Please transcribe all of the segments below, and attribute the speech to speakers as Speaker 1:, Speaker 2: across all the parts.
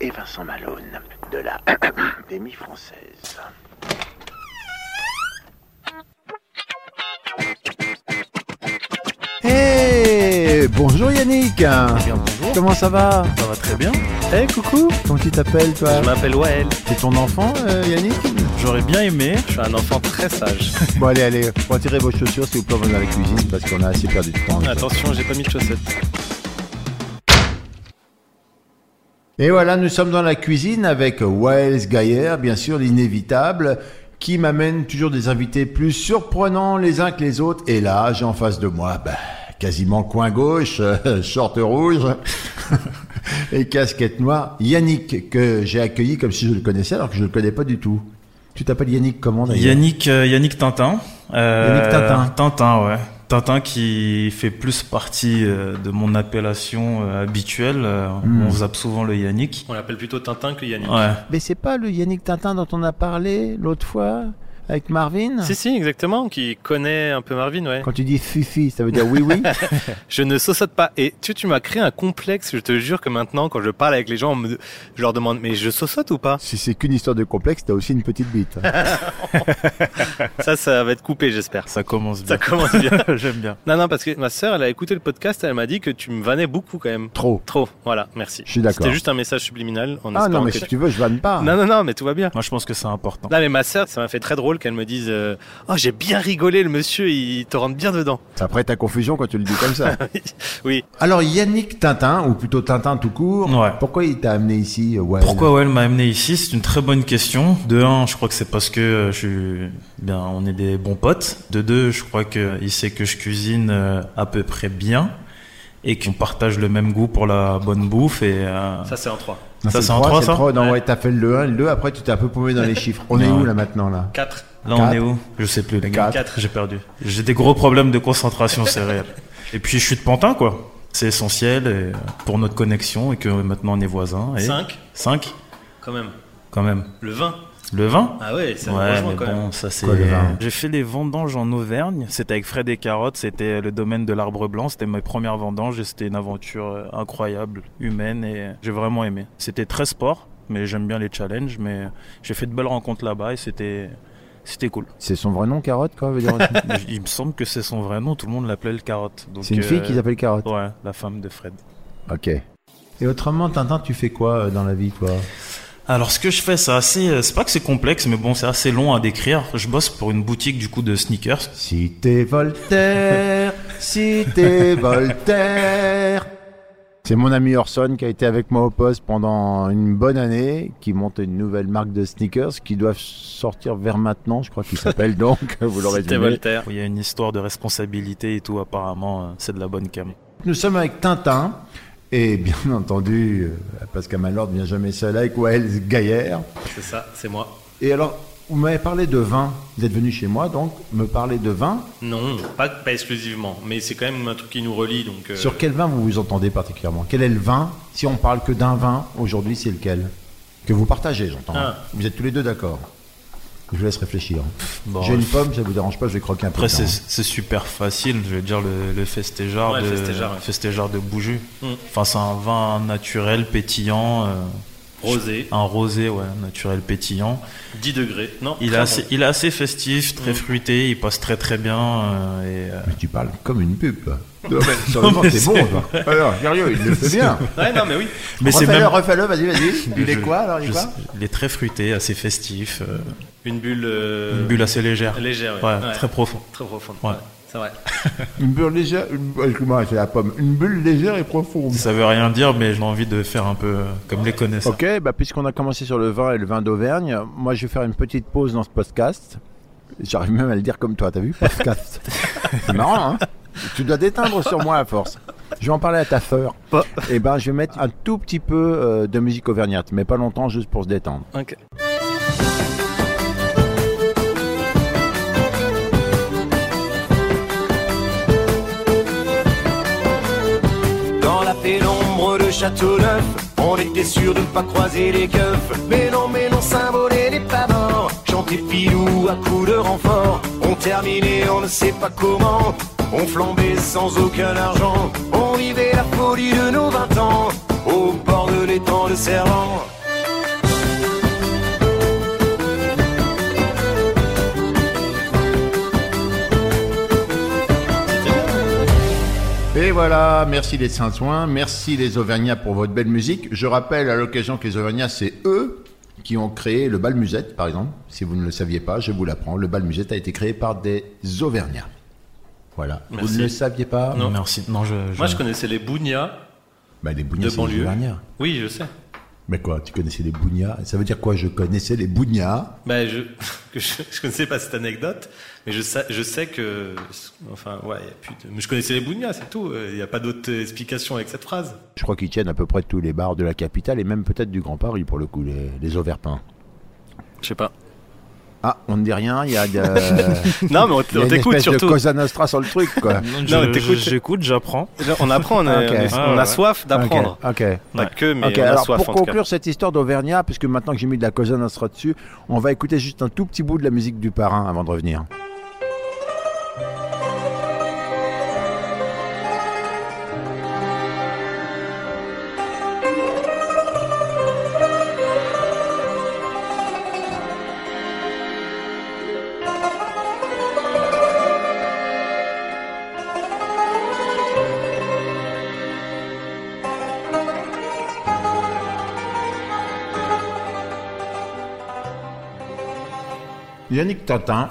Speaker 1: et Vincent Malone, de la Académie française.
Speaker 2: Hey Eh, Bonjour Yannick
Speaker 3: bonjour.
Speaker 2: Comment ça va
Speaker 3: Ça va très bien. Eh coucou.
Speaker 2: Comment tu t'appelles toi
Speaker 3: Je m'appelle Wael.
Speaker 2: C'est ton enfant euh, Yannick
Speaker 3: J'aurais bien aimé. Je suis un enfant très sage.
Speaker 2: Bon allez, allez, retirez vos chaussures s'il vous plaît, on va dans la cuisine parce qu'on a assez perdu de temps.
Speaker 3: Attention, j'ai pas mis de chaussettes.
Speaker 2: Et voilà, nous sommes dans la cuisine avec Wales Gaillère, bien sûr, l'inévitable, qui m'amène toujours des invités plus surprenants les uns que les autres. Et là, j'ai en face de moi, bah, quasiment coin gauche, euh, short rouge et casquette noire, Yannick, que j'ai accueilli comme si je le connaissais alors que je ne le connais pas du tout. Tu t'appelles Yannick comment d'ailleurs
Speaker 4: Yannick, euh, Yannick Tintin. Euh,
Speaker 2: Yannick Tintin.
Speaker 4: Tintin, ouais. Tintin qui fait plus partie euh, de mon appellation euh, habituelle. Euh,
Speaker 2: Hmm.
Speaker 4: On zappe souvent le Yannick.
Speaker 3: On l'appelle plutôt Tintin que Yannick.
Speaker 4: Ouais.
Speaker 2: Mais c'est pas le Yannick Tintin dont on a parlé l'autre fois avec Marvin
Speaker 3: Si, si, exactement. Qui connaît un peu Marvin, ouais.
Speaker 2: Quand tu dis Fifi, ça veut dire oui, oui
Speaker 3: Je ne saute pas. Et tu, tu m'as créé un complexe. Je te jure que maintenant, quand je parle avec les gens, on me- je leur demande mais je saute ou pas
Speaker 2: Si c'est qu'une histoire de complexe, t'as aussi une petite bite. hein.
Speaker 3: Ça, ça va être coupé, j'espère.
Speaker 4: Ça commence bien.
Speaker 3: Ça commence bien.
Speaker 4: J'aime bien.
Speaker 3: Non, non, parce que ma sœur, elle a écouté le podcast, elle m'a dit que tu me vannais beaucoup quand même.
Speaker 2: Trop.
Speaker 3: Trop. Voilà, merci.
Speaker 2: Je suis d'accord.
Speaker 3: C'était juste un message subliminal. En
Speaker 2: Ah non,
Speaker 3: espérant
Speaker 2: mais
Speaker 3: que
Speaker 2: si
Speaker 3: tu-
Speaker 2: tu veux, je vanne pas.
Speaker 3: Non, non, non, mais tout va bien.
Speaker 4: Moi, je pense que c'est important.
Speaker 3: Non mais ma sœur, ça m'a fait très drôle qu'elle me dise euh, Oh j'ai bien rigolé le monsieur, il te rentre bien dedans.
Speaker 2: Après ta confusion quand tu le dis comme ça.
Speaker 3: Oui.
Speaker 2: Alors Yannick Tintin, ou plutôt Tintin tout court,
Speaker 4: Ouais.
Speaker 2: pourquoi il t'a amené ici euh, Wael
Speaker 4: Pourquoi Well m'a amené ici C'est une très bonne question. De un, je crois que c'est parce que euh, je suis bien, on est des bons potes. De deux, je crois que il sait que je cuisine euh, à peu près bien et qu'on partage le même goût pour la bonne bouffe et euh,
Speaker 3: Ça c'est en 3.
Speaker 2: Non,
Speaker 4: Ça,
Speaker 2: le
Speaker 4: c'est en
Speaker 2: trois,
Speaker 4: trois,
Speaker 2: c'est
Speaker 4: ça
Speaker 2: le trois. Non, ouais, t'as fait le 1, le 2, après tu t'es un peu paumé dans les chiffres. On est
Speaker 4: Non.
Speaker 2: où là maintenant là
Speaker 3: 4.
Speaker 4: Là, on
Speaker 2: Quatre.
Speaker 4: est où Je sais plus, les gars.
Speaker 2: Quatre.
Speaker 4: J'ai perdu. J'ai des gros problèmes de concentration, c'est réel. Et puis, je suis de Pantin, quoi. C'est essentiel euh, pour notre connexion et que maintenant on est voisins. Et
Speaker 3: Cinq.
Speaker 4: 5,
Speaker 3: quand même.
Speaker 4: quand même.
Speaker 3: Le 20.
Speaker 4: Le vin
Speaker 3: Ah ouais, ça
Speaker 4: Ouais,
Speaker 3: rejoint
Speaker 4: mais
Speaker 3: quand même.
Speaker 4: bon, ça c'est.
Speaker 2: Quoi, le vin
Speaker 4: J'ai fait des vendanges en Auvergne. C'était avec Fred et Carotte. C'était euh, le domaine de l'arbre blanc. C'était mes premières vendanges et c'était une aventure euh, incroyable, humaine et euh, j'ai vraiment aimé. C'était très sport, mais j'aime bien les challenges. Mais euh, j'ai fait de belles rencontres là-bas et c'était. C'était cool.
Speaker 2: C'est son vrai nom, Carotte quoi veut dire
Speaker 4: Mais Il me semble que c'est son vrai nom, tout le monde l'appelait le carotte. Donc,
Speaker 2: C'est une fille
Speaker 4: euh,
Speaker 2: qui s'appelle Carotte.
Speaker 4: Ouais, la femme de Fred.
Speaker 2: Ok. Et autrement, Tintin, tu fais quoi euh, dans la vie toi
Speaker 4: Alors ce que je fais, c'est assez, euh, c'est pas que c'est complexe, mais bon, c'est assez long à décrire. Je bosse pour une boutique du coup de sneakers.
Speaker 2: Si t'es Voltaire, si t'es Voltaire. C'est mon ami Orson qui a été avec moi au poste pendant une bonne année, qui monte une nouvelle marque de sneakers qui doivent sortir vers maintenant, je crois qu'il s'appelle donc, vous l'aurez
Speaker 3: C'était
Speaker 2: deviné.
Speaker 3: Voltaire.
Speaker 4: Il y a une histoire de responsabilité et tout. Apparemment, euh, c'est de la bonne cam.
Speaker 2: Nous sommes avec Tintin, et bien entendu, euh, parce qu'à Malord ne vient jamais seul avec Waels Gaillère.
Speaker 3: C'est ça, c'est moi.
Speaker 2: Et alors, vous m'avez parlé de vin, vous êtes venu chez moi donc, me parler de vin.
Speaker 3: Non, pas, pas exclusivement, mais c'est quand même un truc qui nous relie donc euh,
Speaker 2: Sur quel vin vous vous entendez particulièrement Quel est le vin Si on parle que d'un vin, aujourd'hui, c'est lequel Que vous partagez, j'entends. hein.
Speaker 3: Ah.
Speaker 2: Vous êtes tous les deux d'accord Je vous laisse réfléchir.
Speaker 4: bon,
Speaker 2: J'ai
Speaker 4: euh,
Speaker 2: une pomme, ça vous dérange pas, je vais croquer un peu.
Speaker 4: Après,
Speaker 2: dedans.
Speaker 4: c'est c'est super facile. Je vais dire le, le festejar
Speaker 3: Ouais, le
Speaker 4: de
Speaker 3: Festejar, ouais.
Speaker 4: Festejar de Bouju.
Speaker 3: Mm.
Speaker 4: Enfin, c'est un vin naturel pétillant, euh,
Speaker 3: rosé,
Speaker 4: un rosé, ouais, naturel pétillant.
Speaker 3: 10 degrés. Non.
Speaker 4: Il est
Speaker 3: très
Speaker 4: assez,
Speaker 3: bon. Mm.
Speaker 4: il est assez festif, très fruité. Il passe très très bien euh, et euh,
Speaker 2: Mais tu parles comme une pub. Non, mais sur le moment, c'est bon. toi. Alors, sérieux, il le fait bien.
Speaker 3: Ouais, non, mais oui.
Speaker 4: Mais c'est
Speaker 2: Refais-le,
Speaker 4: même.
Speaker 2: refais-le, vas-y, vas-y. Il
Speaker 4: Je-
Speaker 2: est quoi, alors, il est
Speaker 4: je-
Speaker 2: quoi
Speaker 4: Il est très fruité, assez festif, euh,
Speaker 3: Une bulle. euh,
Speaker 4: une bulle assez légère.
Speaker 3: Légère, ouais.
Speaker 4: Ouais,
Speaker 3: Ouais.
Speaker 4: très profond.
Speaker 3: Très profonde.
Speaker 4: Ouais.
Speaker 3: Ouais. C'est vrai.
Speaker 2: Une bulle légère, une... oh, excuse-moi, c'est la pomme. Une bulle légère et profonde.
Speaker 4: Ça veut rien dire, mais j'ai envie de faire un peu euh, comme les connaisseurs.
Speaker 2: Ok, bah puisqu'on a commencé sur le vin et le vin d'Auvergne, moi je vais faire une petite pause dans ce podcast. J'arrive même à le dire comme toi, t'as vu Podcast. C'est marrant, hein Tu dois déteindre sur moi à force. Je vais en parler à ta sœur.
Speaker 3: Pas-
Speaker 2: Et ben je vais mettre un tout petit peu euh, de musique auvergnate, mais pas longtemps, juste pour se détendre.
Speaker 3: Ok.
Speaker 5: Dans la pénombre de Châteauneuf, on était sûr de ne pas croiser les keufs. Mais non, mais non, Saint-Bonnet n'est pas mort. Chanté pilou à coups de renfort. On terminait, on ne sait pas comment. On flambait sans aucun argent. On vivait la folie de nos 20 ans. Au bord de l'étang de Servan.
Speaker 2: Et voilà, merci les Saint-Soins, merci les Auvergnats pour votre belle musique. Je rappelle à l'occasion que les Auvergnats, c'est eux qui ont créé le bal musette, par exemple. Si vous ne le saviez pas, je vous l'apprends. Le bal musette a été créé par des Auvergnats. Voilà. Vous
Speaker 3: Merci.
Speaker 2: ne le saviez pas
Speaker 4: Non. Merci. Non, je. je-
Speaker 3: Moi, je connaissais les Bougnas
Speaker 2: Bah, les
Speaker 3: de
Speaker 2: Bougnats, c'est les
Speaker 3: banlieue.
Speaker 2: Auvergnats.
Speaker 3: Oui, je sais.
Speaker 2: Mais quoi, tu connaissais les Bougnats Ça veut dire quoi Je connaissais les Bougnats
Speaker 3: Ben, je, que je, je connaissais pas cette anecdote, mais je sais, je sais que, enfin, ouais, y a plus de- mais je connaissais les Bougnas, c'est tout. Euh, Il n'y a pas d'autre explication avec cette phrase.
Speaker 2: Je crois qu'ils tiennent à peu près tous les bars de la capitale et même peut-être du Grand Paris pour le coup, les, les Auverpins.
Speaker 3: Je sais pas.
Speaker 2: Ah, on ne dit rien, il y a, de- il
Speaker 3: Non, mais on
Speaker 2: y a
Speaker 3: t- on
Speaker 2: une
Speaker 3: t'écoute
Speaker 2: espèce de
Speaker 3: surtout.
Speaker 2: Cosa Nostra sur le truc, quoi.
Speaker 4: Non,
Speaker 3: Non, mais
Speaker 4: je-
Speaker 3: t'écoutes.
Speaker 4: je- j'écoute, j'apprends.
Speaker 3: On apprend, on, est-
Speaker 2: Ok.
Speaker 3: on est-
Speaker 4: Ah,
Speaker 3: on a
Speaker 4: ouais.
Speaker 3: soif d'apprendre.
Speaker 2: Ok. ok.
Speaker 3: Pas
Speaker 4: Ouais.
Speaker 3: que, mais
Speaker 2: Ok,
Speaker 3: on a
Speaker 2: alors
Speaker 3: soif
Speaker 2: pour
Speaker 3: en tout cas.
Speaker 2: conclure cette histoire d'Auvergnat, puisque maintenant que j'ai mis de la Cosa Nostra dessus, on va écouter juste un tout petit bout de la musique du parrain avant de revenir. Yannick Tintin,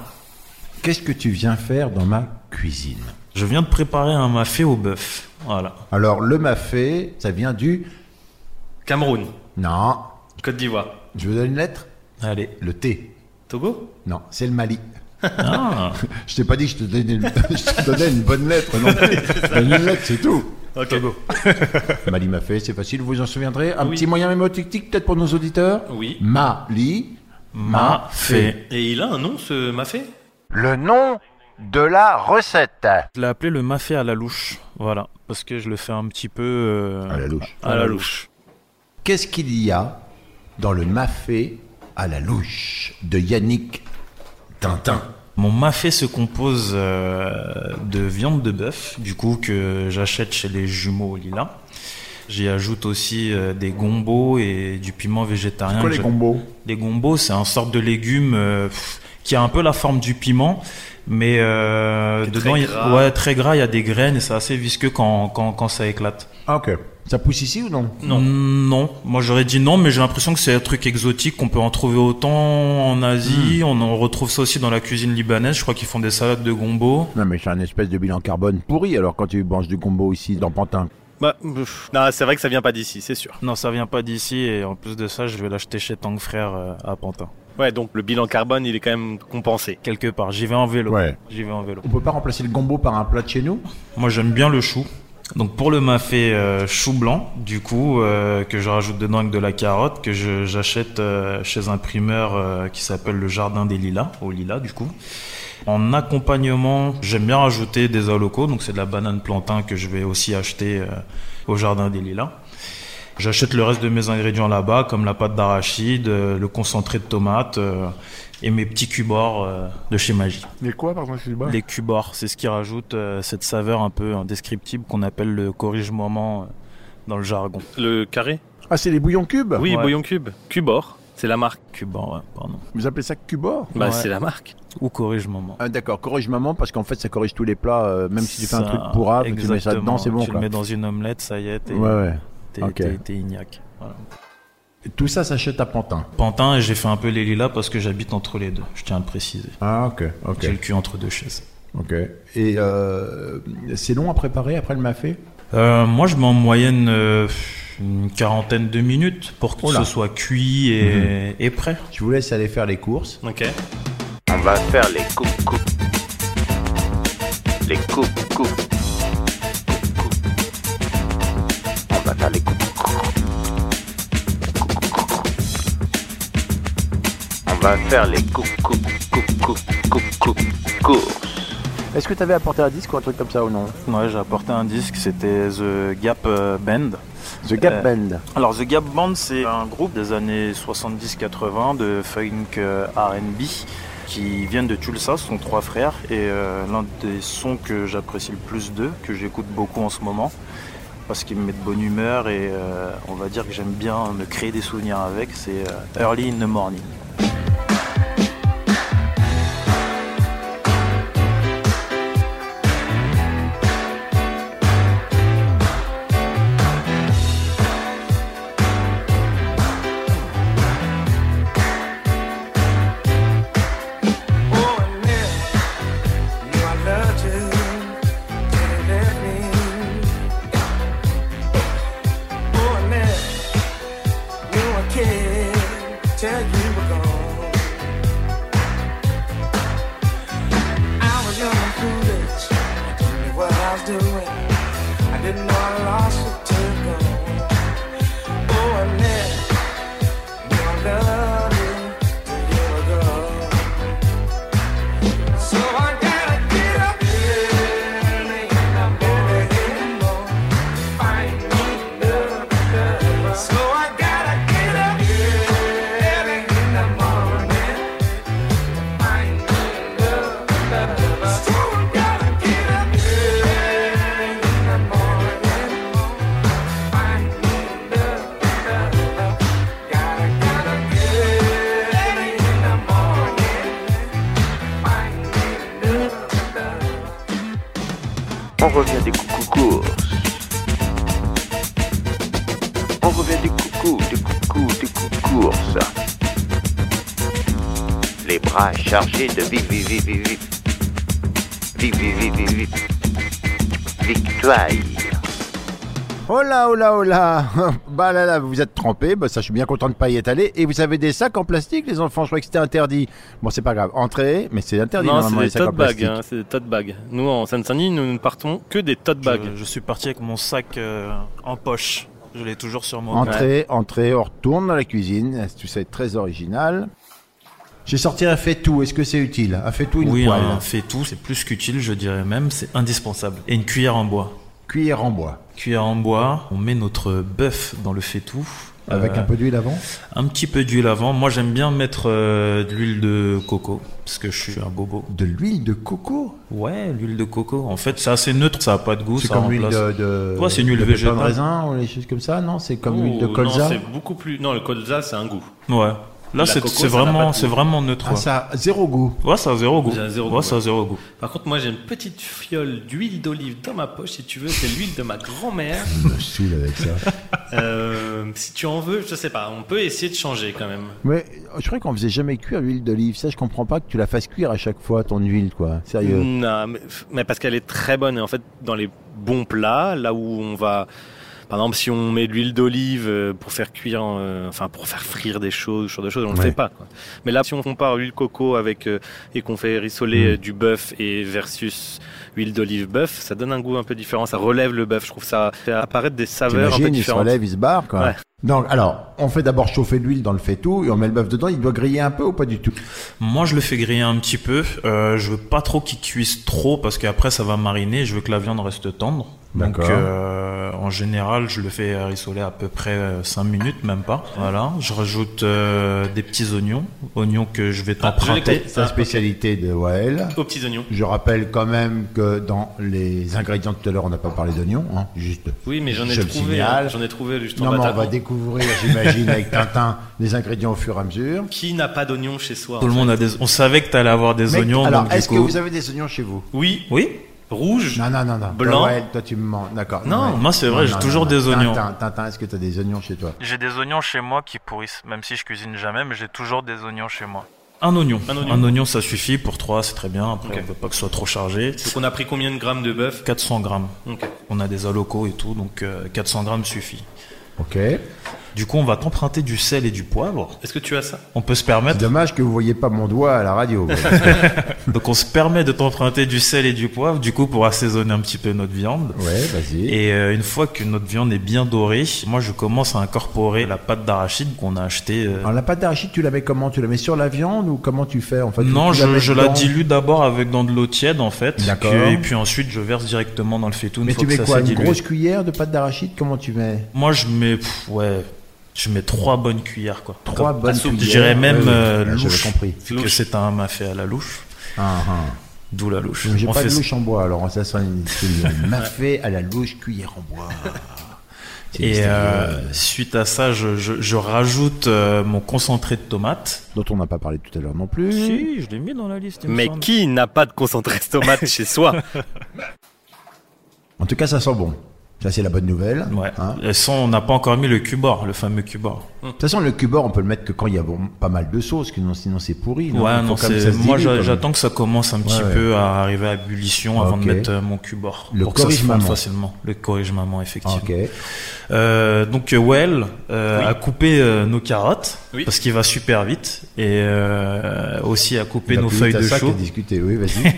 Speaker 2: qu'est-ce que tu viens faire dans ma cuisine
Speaker 4: Je viens de préparer un mafé au bœuf. Voilà.
Speaker 2: Alors le mafé, ça vient du...
Speaker 3: Cameroun,
Speaker 2: Non,
Speaker 3: Côte d'Ivoire,
Speaker 2: je vous donne une lettre
Speaker 4: Allez.
Speaker 2: Le thé.
Speaker 3: Togo.
Speaker 2: Non, c'est le Mali.
Speaker 4: Ah,
Speaker 2: Je t'ai pas dit que je te donnais une, je te donnais une bonne lettre. Non plus. Donne une lettre, c'est tout.
Speaker 3: Ok.
Speaker 2: Mali m'a fait, c'est facile, vous vous en souviendrez. Un petit moyen mémotechnique peut-être pour nos auditeurs
Speaker 3: Oui.
Speaker 2: Mali.
Speaker 4: mafé.
Speaker 3: Et il a un nom, ce Mafé
Speaker 2: Le nom de la recette.
Speaker 4: Je l'ai appelé le mafé à la louche. Voilà. Parce que je le fais un petit peu. euh,
Speaker 2: À la louche.
Speaker 4: À, la louche.
Speaker 2: Qu'est-ce qu'il y a dans le mafé à la louche de Yannick Tintin
Speaker 4: Mon mafé se compose euh, de viande de bœuf, du coup que j'achète chez les jumeaux au Lila. J'y ajoute aussi euh, des gombos et du piment végétarien.
Speaker 2: Quoi les
Speaker 4: que j'a-
Speaker 2: combos
Speaker 4: Les gombos, c'est un sorte de légume euh, pff, qui a un peu la forme du piment, mais euh,
Speaker 3: Qui est
Speaker 4: dedans,
Speaker 3: très
Speaker 4: il-
Speaker 3: gras.
Speaker 4: ouais, très gras, il y a des graines et c'est assez visqueux quand, quand, quand ça éclate.
Speaker 2: Ah, ok. Ça pousse ici ou non
Speaker 4: Non. Non, moi j'aurais dit non, mais j'ai l'impression que c'est un truc exotique qu'on peut en trouver autant en Asie,
Speaker 3: Hmm.
Speaker 4: on en retrouve ça aussi dans la cuisine libanaise, je crois qu'ils font des salades de gombo.
Speaker 2: Non, mais c'est un espèce de bilan carbone pourri alors quand tu manges du combo ici dans Pantin.
Speaker 3: Bah, pff, non, c'est vrai que ça vient pas d'ici, c'est sûr.
Speaker 4: Non, ça vient pas d'ici et en plus de ça, je vais l'acheter chez Tang Frère euh, à Pantin.
Speaker 3: Ouais, donc le bilan carbone, il est quand même compensé.
Speaker 4: Quelque part, j'y vais en vélo.
Speaker 2: Ouais.
Speaker 4: J'y vais en vélo.
Speaker 2: On peut pas remplacer le gombo par un plat de chez nous
Speaker 4: Moi, j'aime bien le chou. Donc pour le mafé euh, chou blanc, du coup, euh, que je rajoute dedans avec de la carotte, que je- j'achète euh, chez un primeur euh, qui s'appelle le Jardin des Lilas, au Lilas du coup. En accompagnement, j'aime bien rajouter des alocos, donc c'est de la banane plantain que je vais aussi acheter euh, au Jardin des Lilas. J'achète le reste de mes ingrédients là-bas, comme la pâte d'arachide, euh, le concentré de tomate euh, et mes petits cubors euh, de chez Magie.
Speaker 2: Mais quoi, pardon, excuse-moi
Speaker 4: Les cubars, c'est ce qui rajoute euh, cette saveur un peu indescriptible qu'on appelle le corrige-moment euh, dans le jargon.
Speaker 3: Le carré
Speaker 2: Ah, c'est les bouillons cubes
Speaker 3: Oui,
Speaker 4: Ouais.
Speaker 3: Bouillon Cube. Cubor, c'est la marque.
Speaker 4: Cuban, ouais, pardon.
Speaker 2: Vous appelez ça cubor
Speaker 3: Bah,
Speaker 4: Ouais.
Speaker 3: c'est la marque.
Speaker 4: ou corrige maman.
Speaker 2: Ah, D'accord, corrige maman parce qu'en fait ça corrige tous les plats, euh, même si tu fais un
Speaker 4: Ça,
Speaker 2: truc pourrave, tu mets ça
Speaker 4: exactement.
Speaker 2: dedans, c'est bon.
Speaker 4: Tu
Speaker 2: quoi.
Speaker 4: le mets dans une omelette, ça y est, t'es
Speaker 2: Ouais, ouais.
Speaker 4: t'es-
Speaker 2: ok.
Speaker 4: t'es- t'es ignac. Voilà.
Speaker 2: Tout ça s'achète à Pantin.
Speaker 4: Pantin, j'ai fait un peu les lilas parce que j'habite entre les deux, je tiens à le préciser.
Speaker 2: Ah ok, ok,
Speaker 4: J'ai le cul entre deux chaises.
Speaker 2: ok. Et euh, c'est long à préparer après le mafé
Speaker 4: Euh, moi, je mets en moyenne euh, une quarantaine de minutes pour que
Speaker 2: Oh là. Mhm.
Speaker 4: ce soit cuit et, et prêt.
Speaker 2: Je vous laisse aller faire les courses.
Speaker 3: Ok.
Speaker 1: On va faire les coupes coupes. Les coupes coupes. Coupes, coupes. On va faire les coupes coupes. Coupes, coupes. On va faire les coupes coupes coupes coupes coupes coupes courses.
Speaker 2: Est-ce que tu avais apporté un disque ou un truc comme ça ou non
Speaker 4: Ouais, j'ai apporté un disque, c'était The Gap euh, Band.
Speaker 2: The Gap
Speaker 4: Euh,
Speaker 2: Band.
Speaker 4: Alors, The Gap Band, c'est un groupe des années 70-80 de funk euh, RB qui viennent de Tulsa, ce sont trois frères. Et euh, l'un des sons que j'apprécie le plus d'eux, que j'écoute beaucoup en ce moment, parce qu'ils me met de bonne humeur et euh, on va dire que j'aime bien me créer des souvenirs avec, c'est euh, Early in the Morning.
Speaker 6: Didn't know I lost it to go. Oh, I let your love you till you were gone. So I gotta get up early in the morning. Find me love. So I gotta get up early in the morning. Find me love. So I gotta get up early in the morning. Find me love. Gotta gotta get up early in the morning.
Speaker 1: On revient des coucou courses. On revient des coucou, des coucou, des coucou courses. Les bras chargés de vip, vip, vip, vip, vip. Vip, vip, vip, vip, vip. Victoire.
Speaker 2: Oh là, oh là, oh là Bah là là, vous vous êtes trempés, bah ça je suis bien content de pas y être allé. Et vous avez des sacs en plastique les enfants, je croyais que c'était interdit. Bon c'est pas grave, entrez, mais c'est interdit
Speaker 3: Non, c'est
Speaker 2: normalement les
Speaker 3: des
Speaker 2: sacs en
Speaker 3: tote bags.
Speaker 2: plastique.
Speaker 3: hein, c'est des tote bags. Nous, en Seine-Saint-Denis, nous ne partons que des tote bags.
Speaker 4: Je, je suis parti avec mon sac euh, en poche. Je l'ai toujours sur moi.
Speaker 2: Entrez, entrez, on retourne dans la cuisine, tout ça est très original. J'ai sorti un faitout, est-ce que c'est utile Un faitout, une
Speaker 4: Oui, hein.
Speaker 2: poêle,
Speaker 4: un fait-tout, c'est plus qu'utile, je dirais même, c'est indispensable. Et une cuillère en bois.
Speaker 2: cuillère en bois,
Speaker 4: Cuillère en bois, on met notre bœuf dans le fait-tout.
Speaker 2: avec
Speaker 4: Euh,
Speaker 2: un peu d'huile avant.
Speaker 4: un petit peu d'huile avant. Moi, j'aime bien mettre euh, de l'huile de coco, parce que je suis un bobo.
Speaker 2: De l'huile de coco
Speaker 4: Ouais, l'huile de coco. En fait, c'est assez neutre, ça a pas de goût.
Speaker 2: C'est
Speaker 4: ça
Speaker 2: comme l'huile
Speaker 4: remplace-
Speaker 2: de, de,
Speaker 4: Ouais, c'est une huile
Speaker 2: de pépins de
Speaker 4: végétale.
Speaker 2: raisin ou des choses comme ça, non C'est comme l'huile de
Speaker 3: Oh, non,
Speaker 2: colza
Speaker 3: c'est beaucoup plus. Non, le colza, c'est un goût.
Speaker 4: Ouais. Là,
Speaker 3: La
Speaker 4: c'est
Speaker 3: coco, ça
Speaker 4: c'est
Speaker 3: n'a pas de
Speaker 4: vraiment,
Speaker 3: goût.
Speaker 4: c'est vraiment neutre.
Speaker 2: Ah,
Speaker 4: ouais.
Speaker 2: ça a zéro goût.
Speaker 4: Ouais, ça a zéro goût.
Speaker 3: Ça a zéro
Speaker 4: ouais,
Speaker 3: goût,
Speaker 4: ça a
Speaker 3: ouais.
Speaker 4: zéro goût.
Speaker 3: Par contre, moi, j'ai une petite fiole d'huile d'olive dans ma poche, si tu veux. C'est l'huile de ma grand-mère.
Speaker 2: Je me saoule avec ça.
Speaker 3: Euh, si tu en veux, je sais pas. On peut essayer de changer quand même.
Speaker 2: Mais euh, je croyais qu'on faisait jamais cuire l'huile d'olive. Ça, je comprends pas que tu la fasses cuire à chaque fois ton huile, quoi.
Speaker 4: Mmh,
Speaker 2: Sérieux.
Speaker 3: Non, Mm, ah, mais, mais parce qu'elle est très bonne. Et en fait, dans les bons plats, là où on va. Par exemple, si on met de l'huile d'olive euh, pour faire cuire, euh, enfin pour faire frire des choses, ce genre de choses, on le
Speaker 2: Ouais.
Speaker 3: fait pas. quoi. Mais là, si on compare l'huile coco avec euh, et qu'on fait
Speaker 2: Mm.
Speaker 3: rissoler euh, du bœuf et versus huile d'olive bœuf, ça donne un goût un peu différent. Ça relève le bœuf. Je trouve ça fait apparaître des saveurs un peu
Speaker 2: T'imagines, il se
Speaker 3: différentes.
Speaker 2: relève, il se barre, quoi.
Speaker 3: Ouais.
Speaker 2: Donc, alors, on fait d'abord chauffer de l'huile dans le faitout et on met le bœuf dedans. Il doit griller un peu ou pas du tout
Speaker 4: Moi, je le fais griller un petit peu. Euh, je veux pas trop qu'il cuise trop parce qu'après, ça va mariner. Je veux que la viande reste tendre.
Speaker 2: D'accord.
Speaker 4: Donc euh, en général, je le fais rissoler à peu près 5 minutes, même pas. Voilà, je rajoute euh, des petits oignons, oignons Ah, que je vais t'emprunter.
Speaker 2: C'est la spécialité de Wael.
Speaker 3: Aux petits oignons.
Speaker 2: Je rappelle quand même que dans les ingrédients tout à l'heure, on n'a pas parlé d'oignons, hein, juste.
Speaker 3: Oui, mais j'en ai
Speaker 2: je le
Speaker 3: trouvé.
Speaker 2: signale.
Speaker 3: hein, J'en ai trouvé juste
Speaker 2: Non,
Speaker 3: en
Speaker 2: mais on va
Speaker 3: Bataclan.
Speaker 2: découvrir, j'imagine, avec Tintin, les ingrédients au fur et à mesure.
Speaker 3: Qui n'a pas d'oignon chez soi
Speaker 4: Tout le monde a des. On savait que t'allais avoir des
Speaker 2: Mais-
Speaker 4: oignons.
Speaker 2: alors,
Speaker 4: donc, du
Speaker 2: est-ce que
Speaker 4: coup-
Speaker 2: vous avez des oignons chez vous
Speaker 3: Oui.
Speaker 4: Oui.
Speaker 3: Rouge.
Speaker 2: Non, non, non, non.
Speaker 3: Blanc.
Speaker 2: Wael, toi, tu me mens. D'accord.
Speaker 4: Non, moi, c'est vrai, j'ai toujours des oignons.
Speaker 2: Tintin, Tintin, est-ce que tu as des oignons chez toi
Speaker 4: J'ai des oignons chez moi qui pourrissent, même si je cuisine jamais, mais j'ai toujours des oignons chez moi. Un oignon.
Speaker 3: Un oignon.
Speaker 4: ça suffit pour trois, c'est très bien. Après,
Speaker 3: Ok.
Speaker 4: on veut pas que ce soit trop chargé.
Speaker 3: Donc on a pris combien de grammes de bœuf
Speaker 4: 400 grammes.
Speaker 3: Ok.
Speaker 4: On a des alocos et tout, donc euh, 400 grammes suffit.
Speaker 2: Ok.
Speaker 4: Du coup, on va t'emprunter du sel et du poivre.
Speaker 3: Est-ce que tu as ça
Speaker 4: On peut se
Speaker 2: C'est
Speaker 4: permettre.
Speaker 2: dommage que vous voyez pas mon doigt à la radio. voilà.
Speaker 4: Donc, on se permet de t'emprunter du sel et du poivre, du coup, pour assaisonner un petit peu notre viande.
Speaker 2: ouais, vas-y.
Speaker 4: Et euh, une fois que notre viande est bien dorée, moi, je commence à incorporer la pâte d'arachide qu'on a achetée. euh,
Speaker 2: Alors la pâte d'arachide, tu la mets comment Tu la mets sur la viande ou comment tu fais en fait
Speaker 4: Non,
Speaker 2: Tu la
Speaker 4: je,
Speaker 2: mets
Speaker 4: je la
Speaker 2: dedans
Speaker 4: dilue d'abord avec dans de l'eau tiède en fait.
Speaker 2: D'accord.
Speaker 4: Que- Et puis ensuite je verse directement dans le fetoun.
Speaker 2: Mais
Speaker 4: faut
Speaker 2: tu
Speaker 4: que
Speaker 2: mets
Speaker 4: ça
Speaker 2: quoi
Speaker 4: s'est
Speaker 2: Une
Speaker 4: dilué.
Speaker 2: grosse cuillère de pâte d'arachide Comment tu mets
Speaker 4: Moi je mets pff, ouais, je mets trois bonnes cuillères quoi.
Speaker 2: Trois
Speaker 4: Comme-
Speaker 2: bonnes
Speaker 4: à soupe.
Speaker 2: cuillères.
Speaker 4: Je dirais même
Speaker 2: Ouais, ouais,
Speaker 4: euh,
Speaker 2: ouais, j'avais
Speaker 4: louche,
Speaker 2: compris.
Speaker 4: vu que c'est un mafé à la louche,
Speaker 2: Ah, ah.
Speaker 4: d'où la louche.
Speaker 2: J'ai
Speaker 4: On
Speaker 2: pas
Speaker 4: fait
Speaker 2: de
Speaker 4: ça.
Speaker 2: louche en bois, alors ça sent une, une mafé à la louche cuillère en bois. C'est
Speaker 4: Et
Speaker 2: mystérieux.
Speaker 4: euh, suite à ça, je, je, je rajoute euh, mon concentré de tomate.
Speaker 2: dont on n'a pas parlé tout à l'heure non plus.
Speaker 4: je l'ai mis dans la liste.
Speaker 3: Mais qui n'a pas de concentré de tomate chez soi
Speaker 2: En tout cas, ça sent bon. Ça c'est la bonne nouvelle.
Speaker 4: Ouais.
Speaker 2: hein.
Speaker 4: Et sans, on n'a pas encore mis le cubor, le fameux cubor.
Speaker 2: De toute façon, le cubeur, on peut le mettre que quand il y a bon- pas mal de sauce, que non- sinon c'est pourri. non
Speaker 4: Ouais,
Speaker 2: Il faut
Speaker 4: non,
Speaker 2: quand même ça
Speaker 4: c'est-
Speaker 2: se
Speaker 4: moi
Speaker 2: dilue, quand
Speaker 4: j'a-
Speaker 2: même.
Speaker 4: j'attends que ça commence un petit
Speaker 2: Ouais, Ah,
Speaker 4: peu à arriver à ébullition avant
Speaker 2: Ok.
Speaker 4: de mettre euh, mon cube hors
Speaker 2: Le
Speaker 4: pour que ça se fonde
Speaker 2: corrige-maman.
Speaker 4: facilement. Le corrige maman, effectivement.
Speaker 2: Ok.
Speaker 4: Euh, donc euh, Well euh, a coupé euh, nos carottes
Speaker 3: Oui.
Speaker 4: parce qu'il va super vite et euh, aussi a coupé
Speaker 2: Bah,
Speaker 4: nos
Speaker 2: plus
Speaker 4: feuilles
Speaker 2: t'as
Speaker 4: de
Speaker 2: ça qui
Speaker 4: chou.
Speaker 2: est discuté. Oui, vas-y.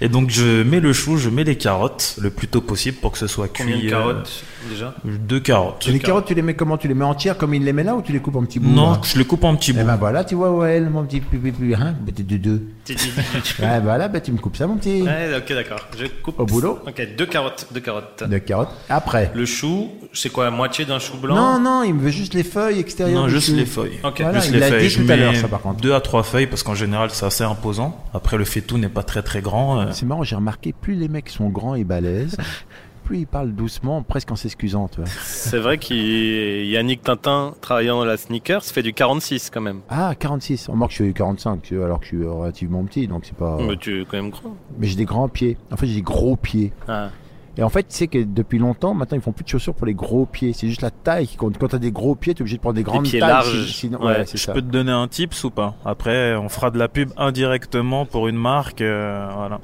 Speaker 4: Et donc je mets le chou, je mets les carottes le plus tôt possible pour que ce soit cuit.
Speaker 3: Combien de
Speaker 4: euh,
Speaker 3: carottes déjà
Speaker 4: Deux carottes.
Speaker 2: les carottes, tu les mets comment Tu les mets entières comme il les met là ou tu les coupes en petits bouts
Speaker 4: Non,
Speaker 2: là
Speaker 4: je les coupe en petits
Speaker 2: Eh
Speaker 4: bouts.
Speaker 2: ben voilà, tu vois, ouais, mon petit pipi, pipi, hein, bah, t'es de deux.
Speaker 3: Ouais,
Speaker 2: Ouais, voilà, bah, tu me coupes ça, mon petit.
Speaker 3: ok, d'accord. Je coupe.
Speaker 2: Au boulot
Speaker 3: Ok, deux carottes, deux carottes.
Speaker 2: De carottes. Après.
Speaker 3: Le chou, c'est quoi, la moitié d'un chou blanc
Speaker 2: Non, non, il me veut juste les feuilles extérieures.
Speaker 4: Non,
Speaker 2: du
Speaker 4: juste
Speaker 2: chou.
Speaker 4: les feuilles.
Speaker 3: Ok,
Speaker 2: Voilà,
Speaker 4: Juste
Speaker 2: il
Speaker 4: les
Speaker 2: l'a
Speaker 4: feuilles.
Speaker 2: dit
Speaker 4: Je
Speaker 2: tout à l'heure,
Speaker 4: mets
Speaker 2: ça, par contre.
Speaker 4: Deux à trois feuilles parce qu'en général c'est assez imposant. Après le faitout n'est pas très très grand. euh,
Speaker 2: C'est marrant, j'ai remarqué, plus les mecs sont grands et balèzes, plus ils parlent doucement, presque en s'excusant, tu vois.
Speaker 3: C'est vrai qu'Yannick Tintin, travaillant dans la sneakers, fait du 46 quand même.
Speaker 2: Ah, 46. On que je suis 45, tu vois, alors que je suis relativement petit, donc c'est pas.
Speaker 3: Mais tu es quand même grand.
Speaker 2: Mais j'ai des grands pieds. En fait, j'ai des gros pieds.
Speaker 3: Ah.
Speaker 2: Et en fait, tu sais que depuis longtemps, maintenant, ils font plus de chaussures pour les gros pieds. C'est juste la taille qui compte. Quand t'as des gros pieds, t'es obligé de prendre des grandes
Speaker 3: pieds
Speaker 2: tailles.
Speaker 3: larges.
Speaker 2: si- sinon-
Speaker 3: Ouais,
Speaker 2: ouais, c'est
Speaker 4: Je
Speaker 2: ça.
Speaker 4: peux te donner un tips ou pas Après, on fera de la pub indirectement pour une marque. euh, voilà.